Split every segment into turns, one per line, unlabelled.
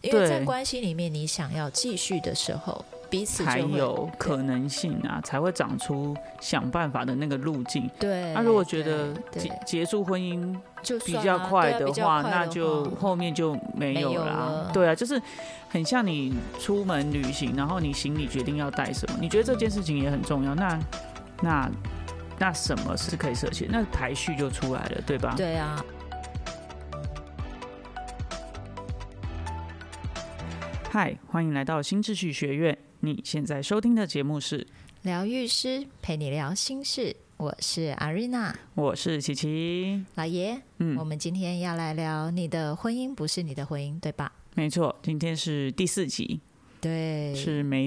因为在
对
关系里面，你想要继续的时候，彼此
才
就会
有可能性啊，才会长出想办法的那个路径。
对。
那、如果觉得
对
结
对
结束婚姻
就
比
算
较
啊
快
对啊
的
比较
话，
快
那
的
就
话
后面就没
没
有
有
啦。
了
对啊，就是很像你出门旅行，然后你行李决定要带什么，你觉得这件事情也很重要。那那那什么是可以舍弃？那排序就出来了，对吧？
对啊，
嗨，欢迎来到新秩序学院。你现在收听的节目是，
疗愈师陪你聊心事，我是阿瑞娜
我是琪琪。
老爷。我
嗯，
们今天要来聊你的婚姻不是你的婚姻，对吧？
没错，今天是第四集，
对，
是美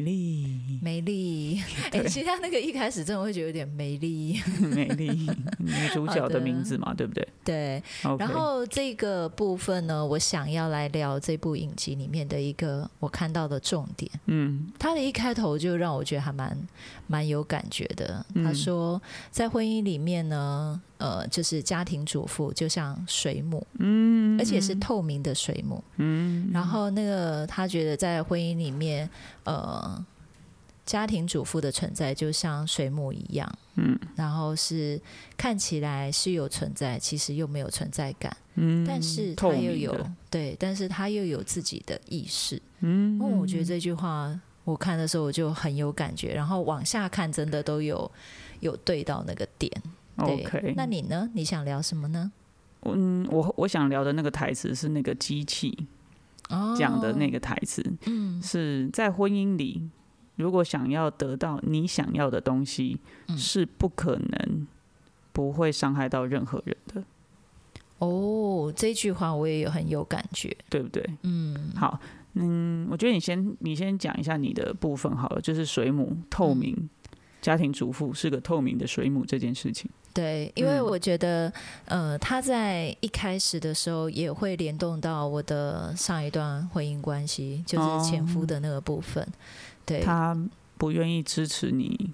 丽，
美丽。哎、
对
其实他那个一开始真的会觉得有点美丽。
美丽女主角
好
的
的
名字嘛，对不对
对，
？OK，
然后这个部分呢，我想要来聊这部影集里面的一个我看到的重点。
嗯，
他的一开头就让我觉得还蛮蛮有感觉的。
嗯
他说，在婚姻里面呢，呃，就是家庭主妇就像水母，嗯，而且是透明的水母，嗯。然后那个他觉得在婚姻里面，呃，家庭主妇的存在就像水母一样，
嗯，
然后是看起来是有存在，其实又没有存在感，嗯，但是他
透
又
明
有
的
对，但是他又有自己的意识，嗯，因为我觉得这句话我看的时候我就很有感觉，然后往下看真的都有有对到那个点，对
OK，
那你呢？你想聊什么呢？
嗯，我我想聊的那个台词是那个机器
哦
讲的那个台词，
嗯
是在婚姻里，如果想要得到你想要的东西，
嗯
是不可能不会伤害到任何人的，
哦，这句话我也有很有感觉，
对不对？
嗯，
好，嗯，我觉得你先你先讲一下你的部分好了，就是水母
嗯
透明。家庭主妇是个透明的水母这件事情，
对，因为
嗯
我觉得，呃，他在一开始的时候也会联动到我的上一段婚姻关系，
哦
就是前夫的那个部分。对，
她不愿意支持你，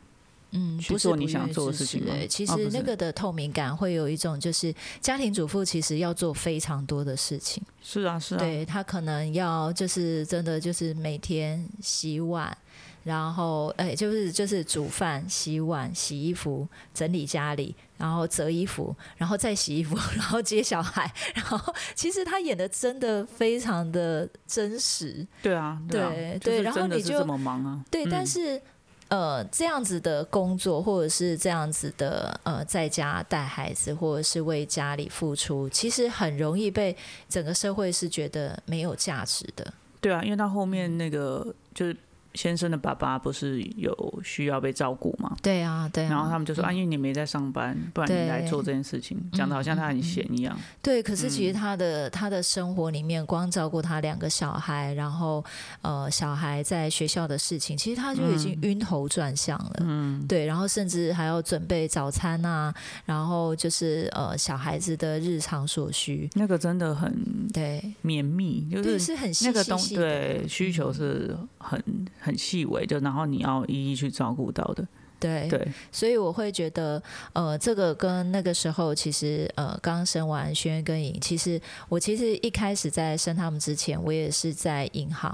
嗯，
去
不是
做你
不愿
想
意
做的
支
事
持
情吗
欸其
哦
实
不
那
是
个的透明感会有一种，就是家庭主妇其实要做非常多的事情，
是啊是啊，
对她可能要就是真的就是每天洗碗。然后，哎，就是就是煮饭、洗碗、洗衣服、整理家里，然后折衣服，然后再洗衣服， 然后接小孩，然后其实她演的真的非常的真实，
对啊，啊
对
就是
对然后
真的
你
是
就
这么忙啊，
对，但
嗯
是呃，这样子的工作，或者是这样子的呃，在家带孩子，或者是为家里付出，其实很容易被整个社会是觉得没有价值的。
对啊，因为他后
嗯
面那个就是先生的爸爸不是有需要被照顾嘛，
对啊，对啊。
然后他们就说啊，因为你没在上班，不然你来
对嗯
做这件事情，讲的好像他很闲一样。
对，可是其
嗯
实他的、他的生活里面，光照顾他两个小孩，然后呃，小孩在学校的事情，其实他就已
嗯
经晕头转向了。嗯，对，然后甚至还要准备早餐啊，然后就是呃，小孩子的日常所需。
那个真的很
对，
绵密，嗯就
对，
是
是很细
那个
细
东
细的
对需求
嗯
是很很细微，就然后你要一一去照顾到的。
对，
对，
所以我会觉得，呃，这个跟那个时候其实，呃，刚生完轩跟颖，其实我其实一开始在生他们之前，我也是在银行，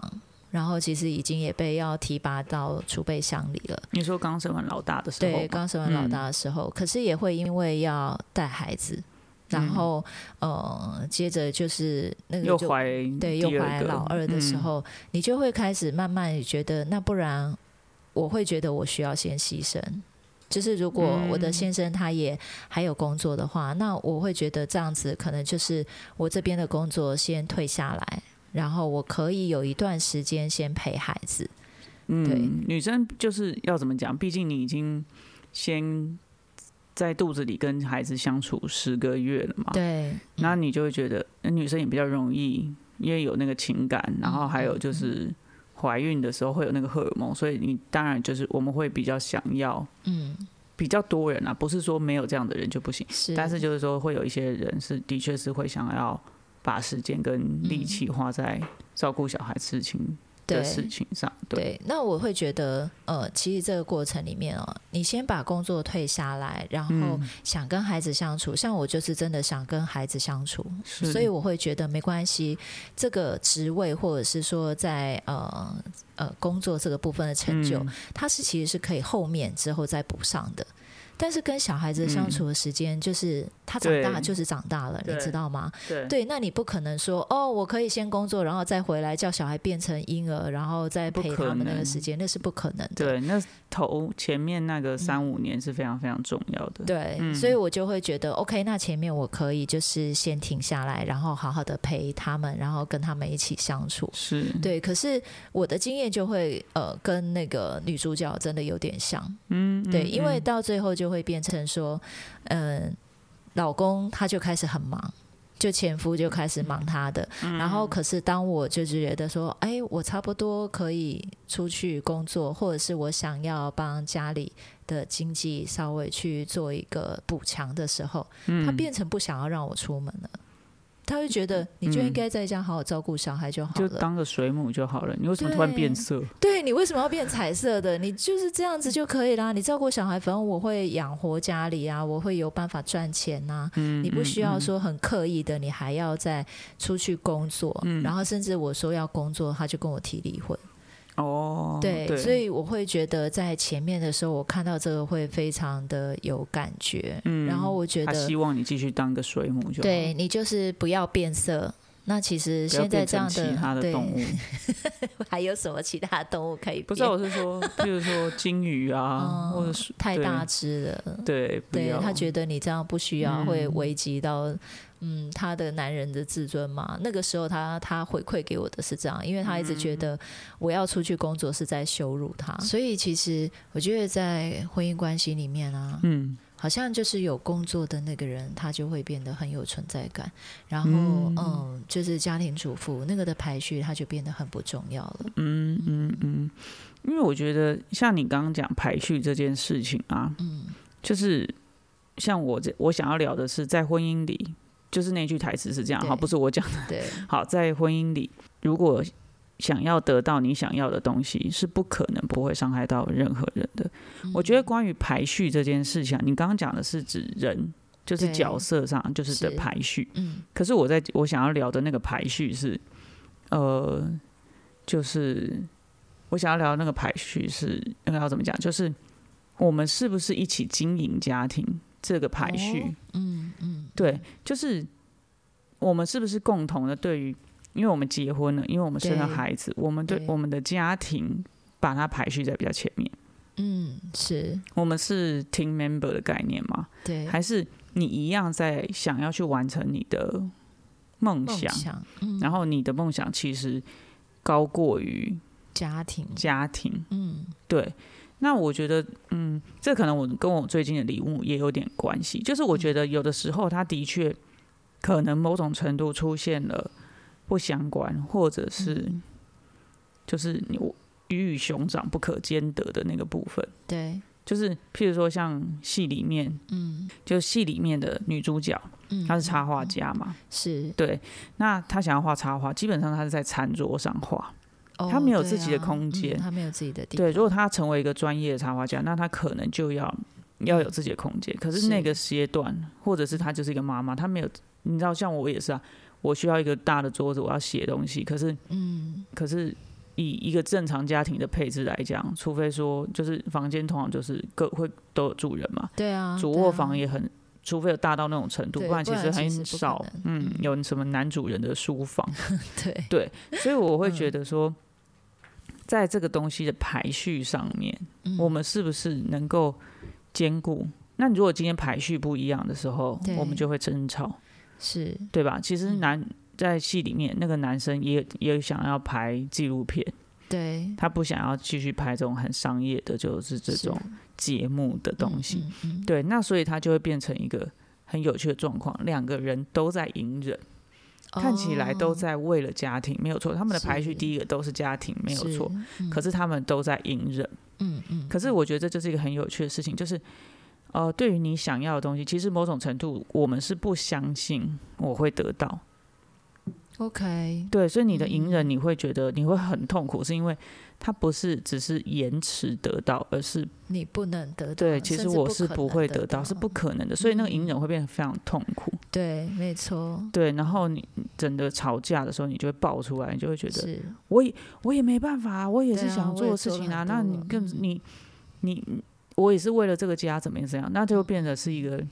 然后其实已经也被要提拔到储备箱里了。
你说刚生完老大的时候
对，
嘛，
刚生完老大的时候，可是也会因为要带孩子，然后、呃，接着就是那个
嗯又
就
怀
对，
嗯第
又
二
怀
个嗯
老二的时，候，你就会开始慢慢觉得，那不然我会觉得我需要先牺牲。就是如果我的
嗯
先生他也还有工作的话，那我会觉得这样子可能就是我这边的工作先退下来，然后我可以有一段时间先陪孩子。
嗯，
对
嗯女生就是要怎么讲？毕竟你已经先在肚子里跟孩子相处十个月了嘛，
对，
那你就会觉得呃女生也比较容易，因为有那个情感，然后还有就是怀孕的时候会有那个荷尔蒙，所以你当然就是我们会比较想要
嗯，
比较多人啊，不是说没有这样的人就不行，
是，
但是就是说会有一些人是的确是会想要把时间跟力气花在照顾小孩事情
嗯
的
对
事情上。对，
对，那我会觉得，呃，其实这个过程里面哦，你先把工作退下来，然后
嗯
想跟孩子相处，像我就是真的想跟孩子相处，
是嗯
所以我会觉得没关系，这个职位或者是说在呃呃工作这个部分的成就，
嗯
它是其实是可以后面之后再补上的。但是跟小孩子相处的时间，就是他长大
嗯对
就是长大了，你
对
知道吗？
对
对，那你不可能说哦，我可以先工作，然后再回来叫小孩变成婴儿，然后再
不
陪
可
他们那个
能
时间，那是不可能的。
对，那头前面那个三五年是非常非常重要的。
对，所以我就会觉得，OK，那前面我可以就是先停下来，然后好好的陪他们，然后跟他们一起相处。
是，
对，可是我的经验就会呃，跟那个女主角真的有点像，
嗯，
对，
嗯
因为
嗯
到最后就会变成说，嗯、老公他就开始很忙。就前夫就开始忙他的，
嗯
然后可是当我就觉得说，哎，我差不多可以出去工作，或者是我想要帮家里的经济稍微去做一个补强的时候，
嗯
他变成不想要让我出门了，他会觉得你就应该在家好好照顾小孩就好
嗯就
了，
当个水母就好了。你为什么突然变色？
对你为什么要变彩色的？你就是这样子就可以啦。你照顾小孩，反正我会养活家里啊，我会有办法赚钱呐、
嗯，
你不需
嗯
要
嗯
说很刻意的，你还要再出去工作，
嗯
然后甚至我说要工作，他就跟我提离婚。
哦，
对，
对，
所以我会觉得在前面的时候，我看到这个会非常的有感觉。
嗯
然后我觉
他
得
希望你继续当个水母就好，
对你就是不要变色。那其实
不要
现在
变
这
成
样的
其他的动物
对，。 还有什么其他的动物可以变？
不是，我是说，譬如说金鱼啊，
嗯
或者是
太
对
大只了。
对，不
对
要
他觉得你这样不需要，
嗯
会危及到嗯他的男人的自尊嘛。那个时候他他回馈给我的是这样，因为他一直觉得我要出去工作是在羞辱他，嗯所以其实我觉得在婚姻关系里面啊，
嗯，
好像就是有工作的那个人，他就会变得很有存在感，然后
嗯
嗯就是家庭主妇那个的排序，他就变得很不重要了。
嗯嗯嗯，因为我觉得像你刚刚讲排序这件事情啊，嗯，就是像我这我想要聊的是，在婚姻里，就是那句台词是这样，
对
好，不是我讲的，
对，
好，在婚姻里，如果想要得到你想要的东西，是不可能不会伤害到任何人的。
嗯
我觉得关于排序这件事情啊，你刚刚讲的是指人。就是
对
角色上就是
是
的排序，
嗯
可是我在我想要聊的那个排序是，呃，就是我想要聊的那个排序是那个要怎么讲？就是我们是不是一起经营家庭这个排序？
哦嗯嗯，
对，就是我们是不是共同的对于，因为我们结婚了，因为我们生了
对
孩子，我们对
对
我们的家庭把它排序在比较前面。
嗯是
我们是 team member 的概念吗？
对
还是你一样在想要去完成你的梦
梦
想？
想，嗯，
然后你的梦想其实高过于
嗯家庭，
家庭，
嗯
对。那我觉得，嗯，这可能我跟我最近的礼物也有点关系，就是我觉得有的时候他的确可能某种程度出现了不相关，或者是就是你我鱼与熊掌不可兼得的那个部分，
对，
就是譬如说像戏里面，
嗯
就戏里面的女主角
嗯，
她是插画家嘛，
是，
对，那她想要画插画，基本上她是在餐桌上画，
哦
他没有
对
自己的
啊
空
嗯
间
他没有自己的地方，
对，如果他成为一个专业的插画家，那他可能就要要有自己的空间。可是
是
那个阶段，或者是他就是一个妈妈，他没有，你知道，像我也是啊，我需要一个大的桌子，我要写东西。可是，
嗯，
可是以一个正常家庭的配置来讲，除非说就是房间通常就是各会都有住人嘛，
对啊，
主
对
卧
啊
房也很。除非有大到那种程度，
对
不然
不
其实
然其
很
实不可
少
能，
嗯，有什么男主人的书房，
对，
所以
嗯
我会觉得说，在这个东西的排序上面，
嗯
我们是不是能够兼顾？那如果今天排序不一样的时候，
对嗯
我们就会争吵，
是，
对吧？其实男在戏里面，那个男生也也想要拍纪录片，
对，
他不想要继续拍这种很商业的，就是这
是
种节目的东西。，
嗯嗯嗯
对，那所以他就会变成一个很有趣的状况，两个人都在隐忍。看起来都
哦
在为了家庭，没有错。他们的排序
是
第一个都是家庭，没有
是
错。，
嗯
可是他们都在隐忍。
嗯嗯，
可是我觉得这就是一个很有趣的事情，就是呃，对于你想要的东西，其实某种程度我们是不相信我会得到，
OK，
对，所以
嗯
你的隐忍，你会觉得你会很痛苦，是因为它不是只是延迟得到，而是
你不能得到，
对，其实
甚至
我
不
是
可
不
能
会
得嗯
得到，是不可能的，所以那个隐忍会变得非常痛苦。
对，没错，
对，然后你整个吵架的时候，你就会爆出来，你就会觉得
是
我也我也没办法、啊，我也
对
是
啊
想
我
做
也
的事
做了
情啊。
很
那
多
你
了
更
嗯
你你我也是为了这个家怎么样怎么样，那
嗯
就变得是一个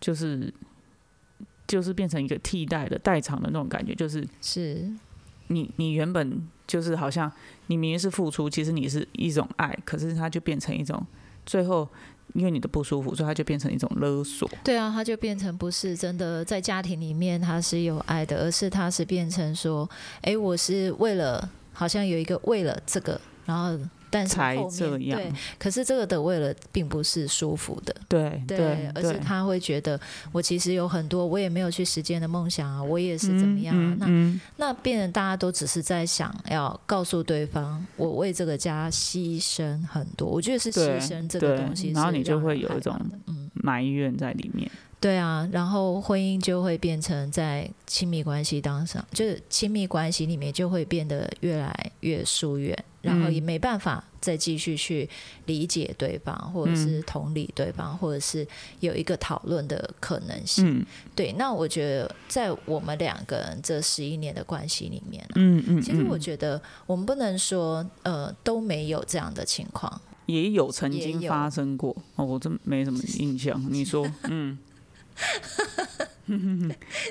就是就是变成一个替代的代偿的那种感觉，就是
是，
你你原本就是好像你明明是付出，其实你是一种爱，可是它就变成一种最后因为你的不舒服，所以它就变成一种勒索。
对啊，他就变成不是真的在家庭里面他是有爱的，而是他是变成说，哎、我是为了好像有一个为了这个，然后但是
才
后面
这样
对，可是这个的为了并不是舒服的。
对
对，而是
对，
他会觉得我其实有很多，我也没有去实践的梦想啊，我也是怎么样啊？
嗯
那
嗯
那变成大家都只是在想要告诉对方，我为这个家牺牲很多，我觉得是牺
对
牲这个
对
东西，
然后你就会有一种，
嗯，
埋怨在里面。
对啊，然后婚姻就会变成在亲密关系当上，就是亲密关系里面就会变得越来越疏远，然后也
嗯
没办法再继续去理解对方，或者是
嗯
同理对方，或者是有一个讨论的可能性。
嗯
对，那我觉得在我们两个人这十一年的关系里面啊、
嗯嗯，
其实我
嗯
觉得我们不能说呃都没有这样的情况，
也有曾经
也有
发生过哦，我真没什么印象。你说，嗯，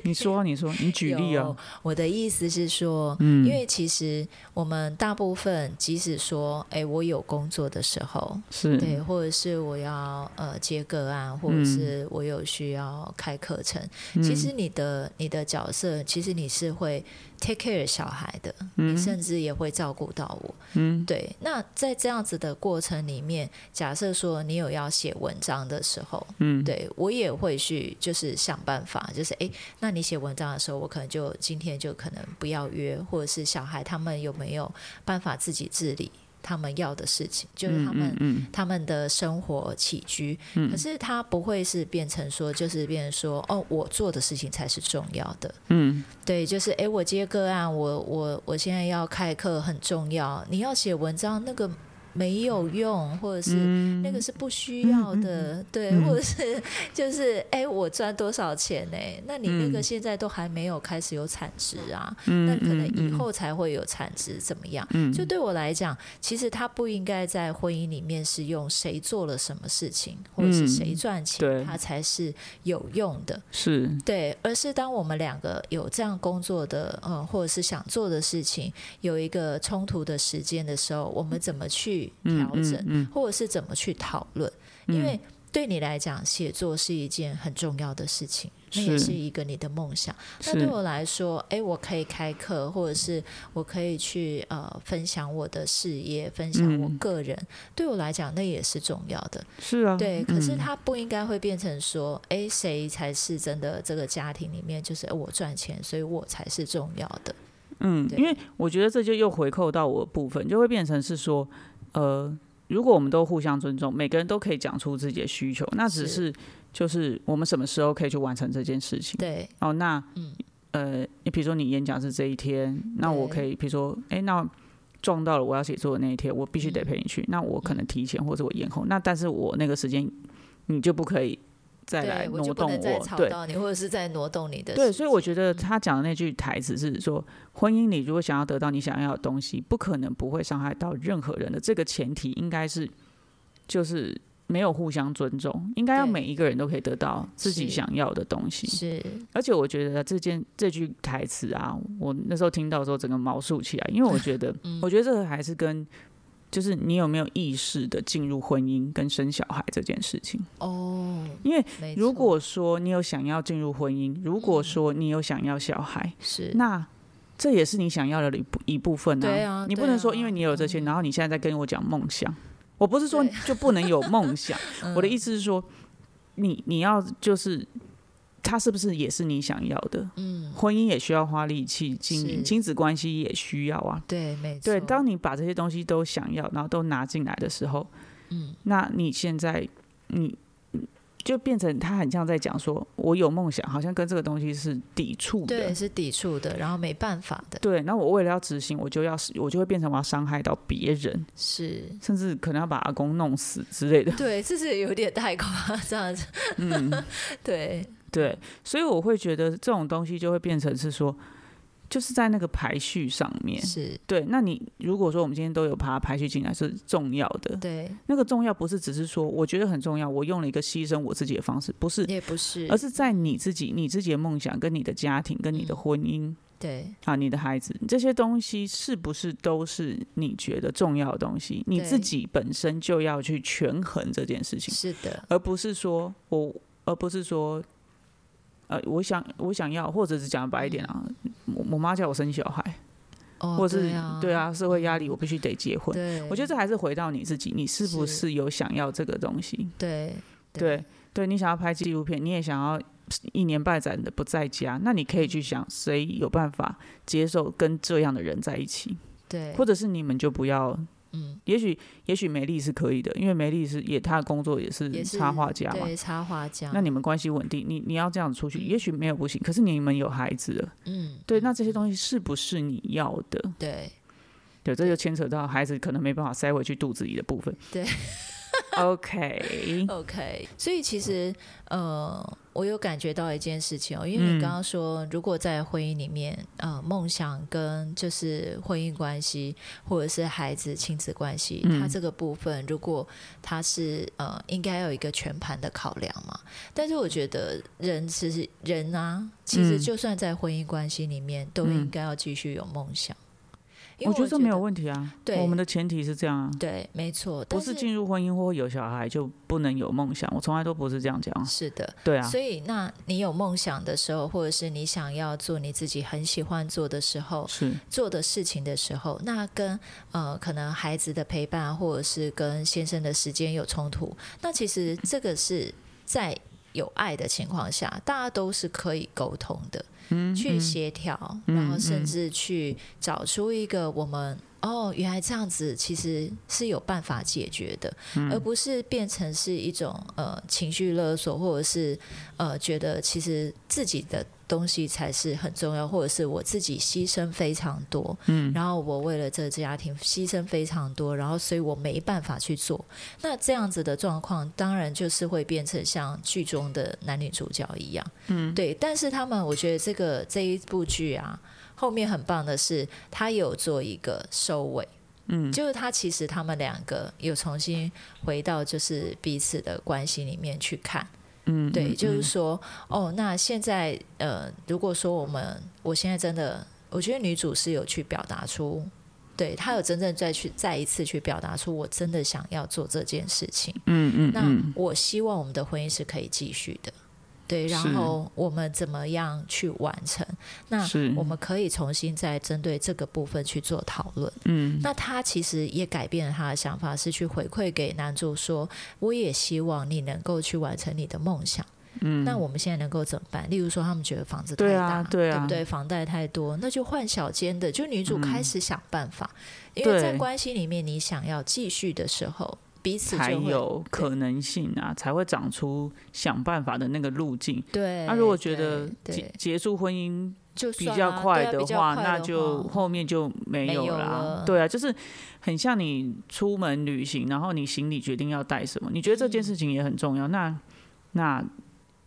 你说啊，你说，你举例啊
有，。我的意思是说，
嗯，
因为其实我们大部分即使说，哎、我有工作的时候，
是
对，或者是我要呃接个案，或者
嗯
是我有需要开课程，其实你的你的角色，其实你是会 take care 小孩的，
嗯
你甚至也会照顾到我。
嗯
对，那在这样子的过程里面，假设说你有要写文章的时候，
嗯，
对我也会去就是想办法，就是诶，那你写文章的时候，我可能就今天就可能不要约，或者是小孩他们有没有办法自己治理他们要的事情，就是
嗯
他们、
嗯
他们的生活起居，
嗯
可是他不会是变成说，就是变成说，哦，我做的事情才是重要的。
嗯
对，就是诶，我接个案，我我我现在要开课很重要，你要写文章那个没有用，或者是
嗯，
那个是不需要的，对，
嗯
或者是就是哎、我赚多少钱呢、那你那个
嗯
现在都还没有开始有产值啊，那
那
可能以后才会有产值，怎么样？
嗯
就对我来讲，其实他不应该在婚姻里面是用谁做了什么事情，或者是谁
嗯
赚钱，
对
他才是有用的。
是
对，而是当我们两个有这样工作的，呃，或者是想做的事情，有一个冲突的时间的时候，我们怎么去
嗯
调整，
嗯
或者是怎么去讨论？因为对你来讲，写作是一件很重要的事情，那也
是
是一个你的梦想。那对
是
我来说，诶，我可以开课，或者是我可以去呃分享我的事业，分享我
嗯
个人。对我来讲，那也是重要的。
是啊，
对，可是
嗯
它不应该会变成说，诶，谁才是真的这个家庭里面就是、诶我赚钱，所以我才是重要的。
嗯，
对
因为我觉得这就又回扣到我的部分，就会变成是说，呃，如果我们都互相尊重，每个人都可以讲出自己的需求，那只
是
是就是我们什么时候可以去完成这件事情。
对，
哦，那
嗯
呃，你比如说你演讲是这一天，那我
对
可以比如说，哎、那撞到了我要写作的那一天，我必须得
嗯
陪你去，那我可能提前或者我延后，那但是我那个时间你就不可以再来
对，我
挪
就不
动
能再
我，
吵
对。
到你，或者是在挪动你的。嗯
对，所以我觉得他讲的那句台词是说，婚姻里如果想要得到你想要的东西，不可能不会伤害到任何人的。这个前提应该是，就是没有互相尊重，应该要
对
每一个人都可以得到自己
是
想要的东西。
是
而且我觉得这件这句台词啊，我那时候听到的时候，整个毛竖起来，因为我 觉得，
嗯
我觉得这个还是跟就是你有没有意识的进入婚姻跟生小孩这件事情，
哦，
因为
没
如
错嗯
果说你有想要进入婚姻，如果说你有想要小孩，
是
那这也是你想要的一部一部分啊。
对啊
你不
对
能说
啊
因为你有这些，然后你现在在跟我讲梦想。我不是说
对
就不能有梦想，我 的
嗯
意思是说，你你要就是，它是不是也是你想要的？
嗯，
婚姻也需要花力气经
是
营，亲子关系也需要啊。
对，没错，
对，当你把这些东西都想要，然后都拿进来的时候，
嗯，
那你现在你就变成他很像在讲说，我有梦想，好像跟这个东西是抵触的。
对，是抵触的，然后没办法的，
对，那我为了要执行，我就要我就会变成我要伤害到别人，
是。
甚至可能要把阿公弄死之 类的。
对，这是有点太夸张了。
嗯，
对，
对，所以我会觉得这种东西就会变成是说，就是在那个排序上面。
是，
对，那你如果说我们今天都有把它排序进来是重要的，
对，
那个重要不是只是说我觉得很重要，我用了一个牺牲我自己的方式，不是，
也不是
而，是在你自己、你自己的梦想、跟你的家庭、跟你的
嗯
婚姻
对，
啊、你的孩子这些东西，是不是都是你觉得重要的东西？你自
对
己本身就要去权衡这件事情。
是的，
而不是说我，而不是说，呃，我想我想要，或者是讲白一点啊，我我妈叫我生小孩，
哦，
或是
对啊，
社会压力，我必须得结婚。
对，
我觉得这还是回到你自己，你是不
是
是有想要这个东西？
对，
对，对你想要拍纪录片，你也想要一年半载的不在家，那你可以去想，谁有办法接受跟这样的人在一起，
对，
或者是你们就不要。
嗯，
也许，也许梅丽是可以的，因为梅丽是也，她的工作也是
也是
插画家嘛，
对，插花家，
那你们关系稳定，你你要这样出去，
嗯
也许没有不行，可是你们有孩子了，
嗯，
对，那这些东西是不是你要的？
对，
对，这就牵扯到孩子可能没办法塞回去肚子里的部分。
对 哦
，OK，
OK，所以其实呃，我有感觉到一件事情哦，因为
嗯
你刚刚说，如果在婚姻里面，呃，梦想跟就是婚姻关系或者是孩子亲子关系，它
嗯
这个部分，如果它是呃，应该要有一个全盘的考量嘛。但是我觉得人其实人啊，其实
嗯
就算在婚姻关系里面，都
嗯
应该要继续有梦想，因为
我觉得这没有问题啊。
对
我们的前提是这样啊，
对，没错，
不
但
是进入婚姻或有小孩就不能有梦想，我从来都不是这样讲啊。
是的，
对啊，
所以，那你有梦想的时候，或者是你想要做你自己很喜欢做的时候，
是
做的事情的时候，那跟呃可能孩子的陪伴，啊或者是跟先生的时间有冲突，那其实这个是在有爱的情况下，大家都是可以沟通的，
嗯，
去
嗯
协调，
嗯
然后甚
嗯
至去找出一个我们。哦，原来这样子其实是有办法解决的，
嗯
而不是变成是一种呃情绪勒索，或者是呃觉得其实自己的东西才是很重要，或者是我自己牺牲非常多，
嗯
然后我为了这个家庭牺牲非常多，然后所以我没办法去做。那这样子的状况，当然就是会变成像剧中的男女主角一样，嗯，对。但是他们，我觉得这个这一部剧啊，后面很棒的是，他有做一个收尾。
嗯
就是他其实他们两个有重新回到就是彼此的关系里面去看，
嗯，
对，
嗯
就是
嗯
说，哦，那现在呃，如果说我们，我现在真的，我觉得女主是有去表达出，对她有真正再去再一次去表达出，我真的想要做这件事情。
嗯嗯
那
嗯，
我希望我们的婚姻是可以继续的，对，然
是
后我们怎么样去完成？那
是
我们可以重新再针对这个部分去做讨论。
嗯
那他其实也改变了他的想法，是去回馈给男主说：“我也希望你能够去完成你的梦想。”
嗯，
那我们现在能够怎么办？例如说，他们觉得房子太
对
大，
啊对啊
不对？房贷太多，那就换小间的。就女主开始想办法，因
对
为在关系里面，你想要继续的时候，彼此
才
就会
有可能性啊，才会长出想办法的那个路径。
对。
那、如果觉得
对
结
对
结束婚姻
就
比
算
较
啊
快
对啊
的
比较
话，
快的
那就
话
后面就没
没
有
有
啦。
了
对啊，就是很像你出门旅行，然后你行李决定要带什么，你觉得这
嗯
件事情也很重要。那那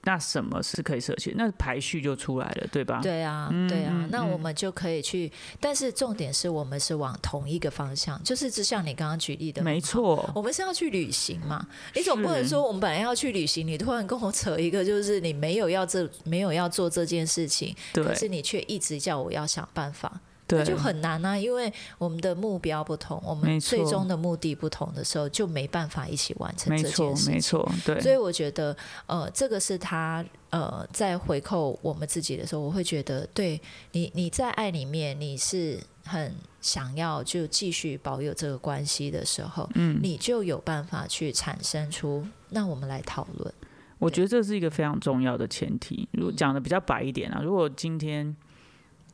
那什么是可以舍弃？那排序就出来了，对吧？
对啊，对啊，
嗯
那我
嗯
们就可以去，但是重点是我们是往同一个方向，就是就像你刚刚举例的，哦
没。错。
我们是要去旅行嘛？你总不能
是
说我们本来要去旅行，你突然跟我扯一个，就是你没有要这没有要做这件事情，
对
可是你却一直叫我要想办法，那
对，
就很难啊。因为我们的目标不同，我
没
们
错
最终的目的不同的时候，就没办法一起完成
没
这
错
件事
没
情。
错，对。
所以我觉得，呃，这个是他呃在回扣我们自己的时候，我会觉得，对你你在爱里面，你是很想要就继续保有这个关系的时候，
嗯
你就有办法去产生出，那我们来讨论，
我
对嗯
觉得这是一个非常重要的前提。如果讲的比较白一点啊，如果今天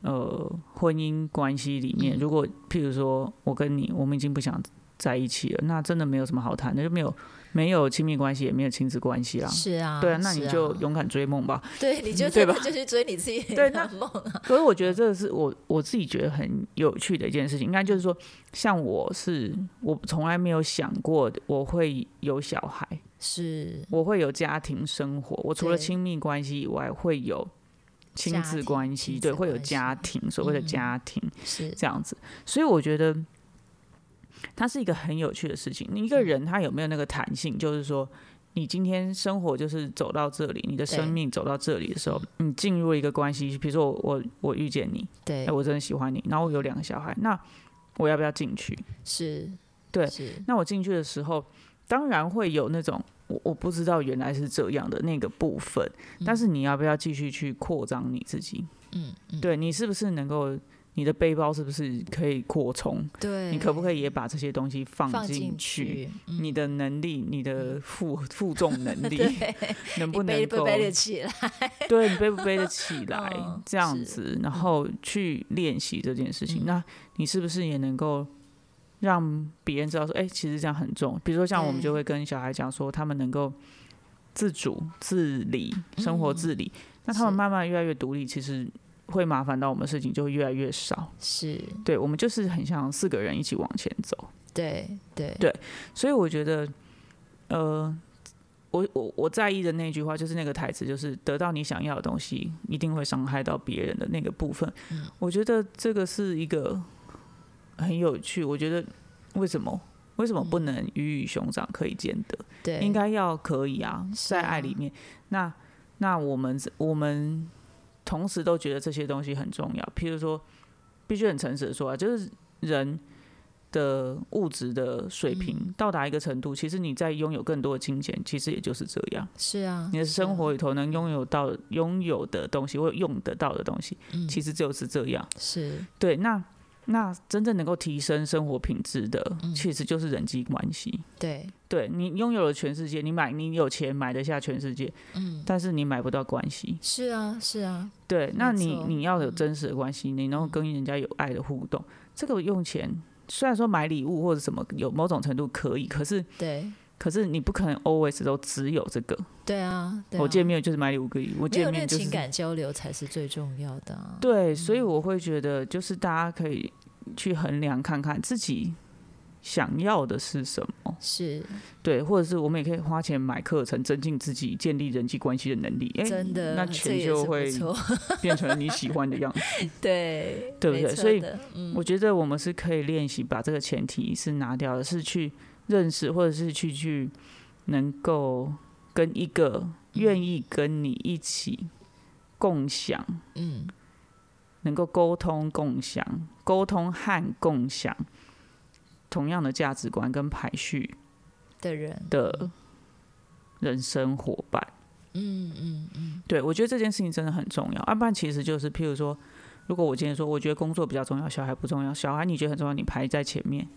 呃婚姻关系里面，
嗯
如果譬如说我跟你，我们已经不想在一起了，那真的没有什么好谈的，就没有没有亲密关系，也没有亲子关系啦。
是啊，嗯
对啊，那你
是
就勇敢追梦吧。
对，你就
对
真
吧
的 就去追你自己的
对那
梦啊，
所以我觉得这是我我自己觉得很有趣的一件事情，应该就是说，像我是我从来没有想过我会有小孩，
是
我会有家庭生活，我除了
对
亲密关系以外，会有亲
家
子
庭
关
亲
系，
子
对，会有
关系
家庭，所谓的
嗯
家庭
是，
这样子。所以我觉得它是一个很有趣的事情。你
嗯
一个人他有没有那个弹性，就是说。你今天生活就是走到这里，你的生
对
命走到这里的时候，你进入一个关系，比如说我我我遇见你，
对
哎、，我真的喜欢你，然后我有两个小孩，那我要不要进去？
是，
对
是，
那我进去的时候，当然会有那种我我不知道原来是这样的那个部分，但是你要不要继续去扩张你自己？
嗯，嗯
对你是不是能够？你的背包是不是可以扩充？
对，
你可不可以也把这些东西放
放
进
进
去？
去？嗯
你的能力，你的负负重能 力，
对，
能不
你
能
背
够
不背得起来？
对你背不背得起来
嗯，
这样
是
子，然后去练习这件事情，
嗯
那你是不是也能够让别人知道说，哎、其实这样很重？比如说像我们就
对
会跟小孩讲说，他们能够自主、自理、生活自理，那他
嗯
们
是
慢慢越来越独立，其实会麻烦到我们的事情就会越来越少。
是，
对我们就是很像四个人一起往前走。
对，对，
对所以我觉得，呃，我我我在意的那句话就是那个台词，就是得到你想要的东西，一定会伤害到别人的那个部分。我觉得这个是一个很有趣。我觉得为什么为什么不能鱼与熊掌可以兼得？
对，
应该要可以啊，
是
在爱
啊
里面。那那我们我们同时都觉得这些东西很重要，譬如说，必须很诚实的说啊，就是人的物质的水
嗯
平到达一个程度，其实你在拥有更多的金钱，其实也就是这样。
是啊，
你的
是啊
生活里头能拥有到拥有的东西，或用得到的东西，
嗯
其实就是这样。
是
对，那。那真正能够提升生活品质的，
嗯
其实就是人际关系。
对，
对你拥有了全世界，你买你有钱买得下全世界，
嗯，
但是你买不到关系。
是啊，是啊，
对，那你
错嗯
你要有真实的关系，你能够跟人家有爱的互动。这个用钱虽然说买礼物或者什么有某种程度可以，可是
对，
可是你不可能 always 都只有这个。
对啊，对
我
啊
见面就是买礼物可以，我
没有
见
那个
面就
情
是
感交流才是最重要的啊。
对，所以我会觉得就是大家可以去衡量看看自己想要的是什么。
是
对，或者是我们也可以花钱买课程，增进自己建立人际关系的能力。哎、
真的，
那
这
钱
也
就是
不
会
错
变成你喜欢的样子。
对
对不
没
对
错
所以
的嗯，
我觉得我们是可以练习把这个前提是拿掉的，是去认识，或者是去去能够跟一个愿意跟你一起共享，
嗯，
能够沟通共享，沟通和共享同样的价值观跟排序
的人，
的人生伙伴。
嗯嗯嗯，
对，我觉得这件事情真的很重要。要、啊不然其实就是，譬如说，如果我今天说，我觉得工作比较重要，小孩不重要，小孩你觉得很重要，你排在前面，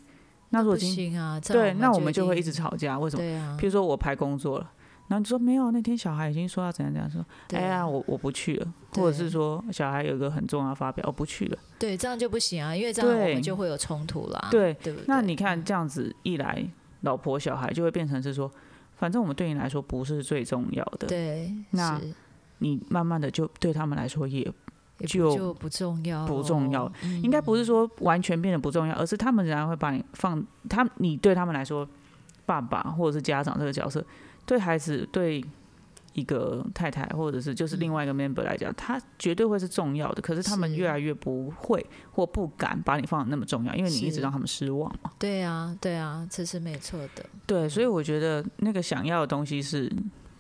那如
不
果今
行啊，这
对，
样
那我们
就
就会
定
一直吵架。为什么？
对啊
譬，如说我排工作了，然后你说没有，那天小孩已经说要怎样怎样，说
对
哎呀，我我不去了，或者
对
是说小孩有一个很重要的发表，哦我不去了。
对，这样就不行啊，因为这样我
对
们就会有冲突啦，
对
对不对？
那你看这样子一来，老婆小孩就会变成是说，反正我们对你来说不是最重要的，
对，
那
是
你慢慢的就对他们来说也
也不
就
就不重要，
不重要，
嗯
应该不是说完全变得不重要，而是他们仍然会把你放他，你对他们来说，爸爸或者是家长这个角色，对孩子对一个太太或者是就是另外一个 member 来讲，他绝对会是重要的。可是他们
是
越来越不会或不敢把你放的那么重要，因为你一直
是
让他们失望嘛。
对啊，对啊，这是没错的，
对，所以我觉得那个想要的东西是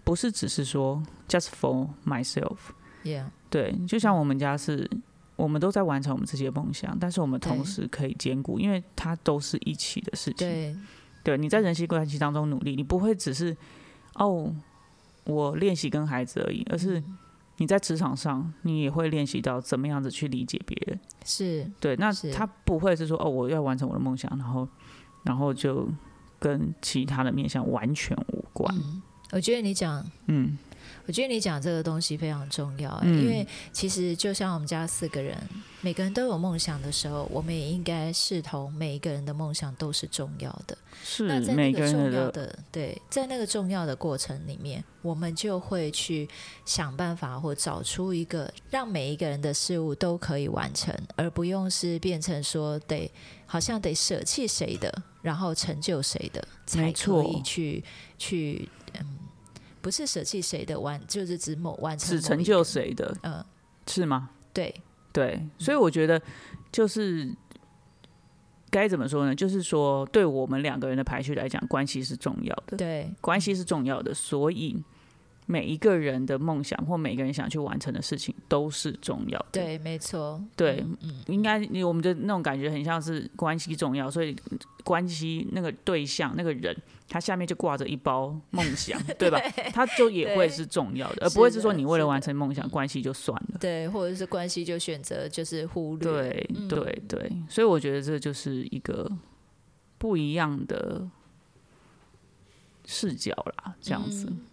不是只是说 just for myself？
yeah，
对，就像我们家是，我们都在完成我们自己的梦想，但是我们同
对
时可以兼顾，因为它都是一起的事情。
对，
对，你在人际关系当中努力，你不会只是哦，我练习跟孩子而已，而是
嗯
你在职场上，你也会练习到怎么样子去理解别人。
是
对，那
是
他不会是说哦，我要完成我的梦想，然后然后就跟其他的面向完全无关。
嗯，我觉得你讲
嗯，
我觉得你讲这个东西非常重要、欸
嗯
因为其实就像我们家四个人，每个人都有梦想的时候，我们也应该视同每一个人的梦想都是重要的。
是
那在那
嗯每个
个重
人
要
的
的对，在那个重要的过程里面，我们就会去想办法或找出一个让每一个人的事物都可以完成，而不用是变成说得好像得舍弃谁的，然后成就谁的，才
没
可
错
以去去嗯，不是舍弃谁的完，就是指某完成
只
某
成
一
就
个
谁的，
嗯，
是吗？
对，
对，所以我觉得就是该怎么说呢？就是说，对我们两个人的排序来讲，关系是重要的，
对，
关系是重要的，所以每一个人的梦想或每个人想去完成的事情都是重要的。
对，没错，
对
嗯嗯，
应该你我们的那种感觉很像是关系重要，所以关系那个对象那个人，他下面就挂着一包梦想， 对吧？他就也会
对
是重要的，而
是
不会是
的
说你为
是
了
的嗯
完成梦想，关系就算了。
对，或者是关系就选择就是忽略，
对
嗯
对对，所以我觉得这就是一个不一样的视角啦，这样子。
嗯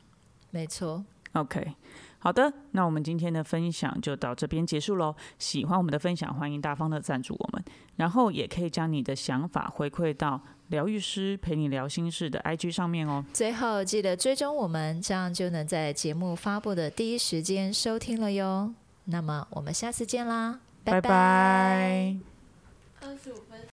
没错。
OK，好的，那我们今天的分享就到这边结束喽。喜欢我们的分享，欢迎大方的赞助我们，然后也可以将你的想法回馈到疗愈师陪你聊心事的 IG 上面哦。
最后记得追踪我们，这样就能在节目发布的第一时间收听了哟。那么我们下次见啦，拜
拜拜